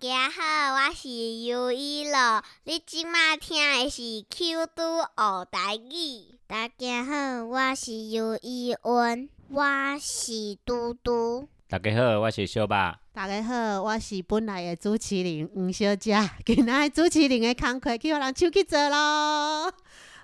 家好，我是尤一乐。你即马听的是 Q 都学台语。大家好，我是尤一温，我是嘟嘟。大家好，我是小巴。大家好，我是本来的主持人黄小姐。 今仔主持人的工课去互人手去做咯。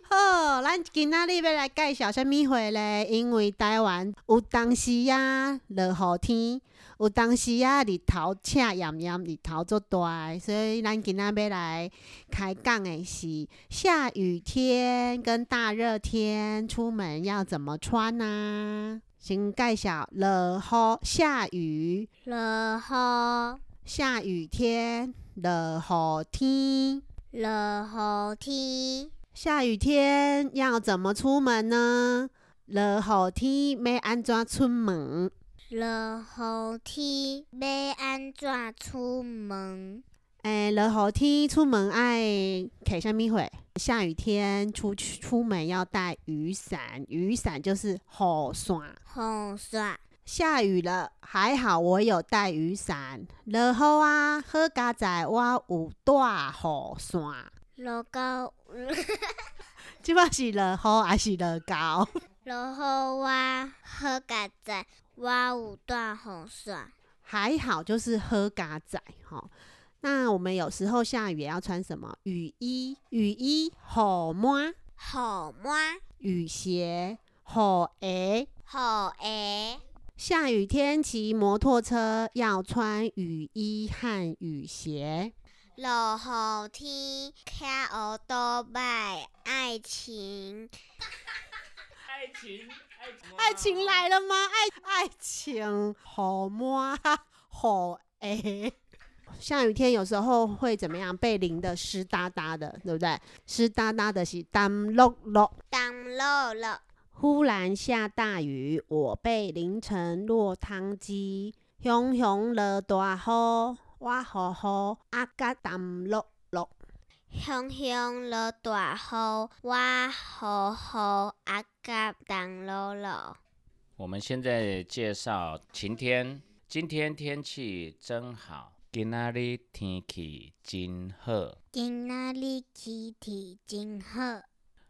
好，咱今仔日要来介绍什物货咧？因为台湾有当时啊落雨天，有当时啊日头赤炎炎，日头足大，所以咱今仔要来开讲的是下雨天跟大热天出门要怎么穿啊？先介绍落雨、下雨、落雨，下雨天、落雨天。落雨天，下雨天要怎么出门呢？落雨天要安怎出门？落雨天，要安怎出门？诶，哎落雨天出门爱摕啥物货？下雨天出去出门要带雨伞，雨伞就是雨伞。雨伞，下雨了，还好我有带雨伞。落雨啊，好佳在我有带雨伞。落到即摆是落雨还是落高？落雨我好佳在，我有带雨伞。还好，就是喝嘎仔哈。吼那我们有时候下雨也要穿什么雨衣、雨衣、雨抹、雨满，雨鞋、雨雨鞋。鞋，下雨天骑摩托车要穿雨衣和雨鞋。落雨天，骑乌多拜爱情。爱情来了吗？爱爱情好吗？好诶。下雨天有时候会怎么样？被淋得湿哒哒的，对不对？湿哒哒的是当落落。当落了，忽然下大雨，我被淋成落汤鸡。熊熊落大雨，我好好啊甲淡落落。熊熊落大雨，我好好啊甲当落落。我们现在介绍晴天，今天天气真好，今仔日天气真好，今仔日天气真好，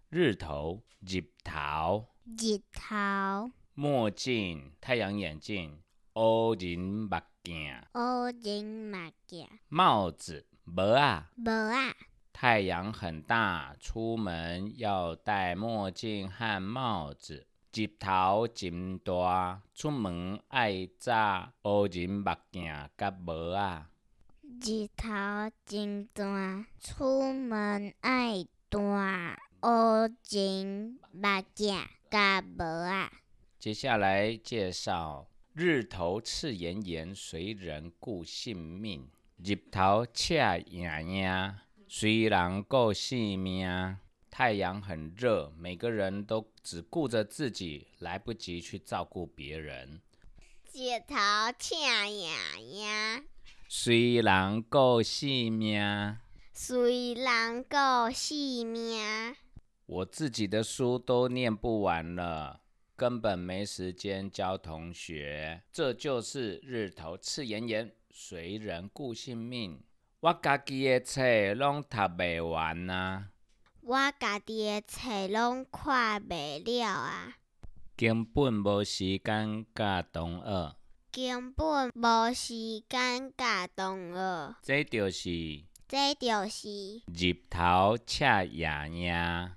日头、日头、日头墨镜、太阳眼镜、黑人目镜、乌人目镜，帽子、帽啊。无啊，太阳很大，出门要戴墨镜和帽子。日头真大，出门爱扎黑人目镜甲帽仔。日头真大，出门爱戴乌人目镜甲无啊。接下来介绍日头赤炎炎，随人故性命；日头赤炎炎，随人顾性命。太阳很热，每个人都只顾着自己，来不及去照顾别人。日头赤炎炎，虽然顾性命，随人顾性命。我自己的书都念不完了，根本没时间教同学。这就是日头赤炎炎，随人顾性命。我家己的册拢读袂完啊，我家己的册拢看袂了啊，根本无时间教同学。根本无时间教同学。这就是日这就是一头赤炎炎，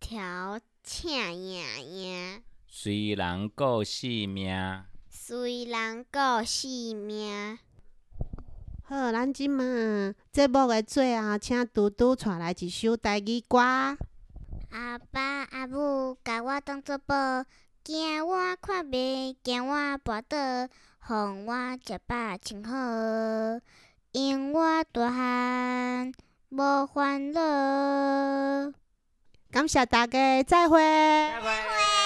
条赤影影，随人顾性命。虽然顾性命。好，咱即嘛节目的最后，请嘟嘟带来一首台语歌。阿爸阿母甲我当作宝，惊我看袂，惊我跋倒，互我食饱穿好，因我大汉无烦恼。感谢大家，再会。拜拜。啊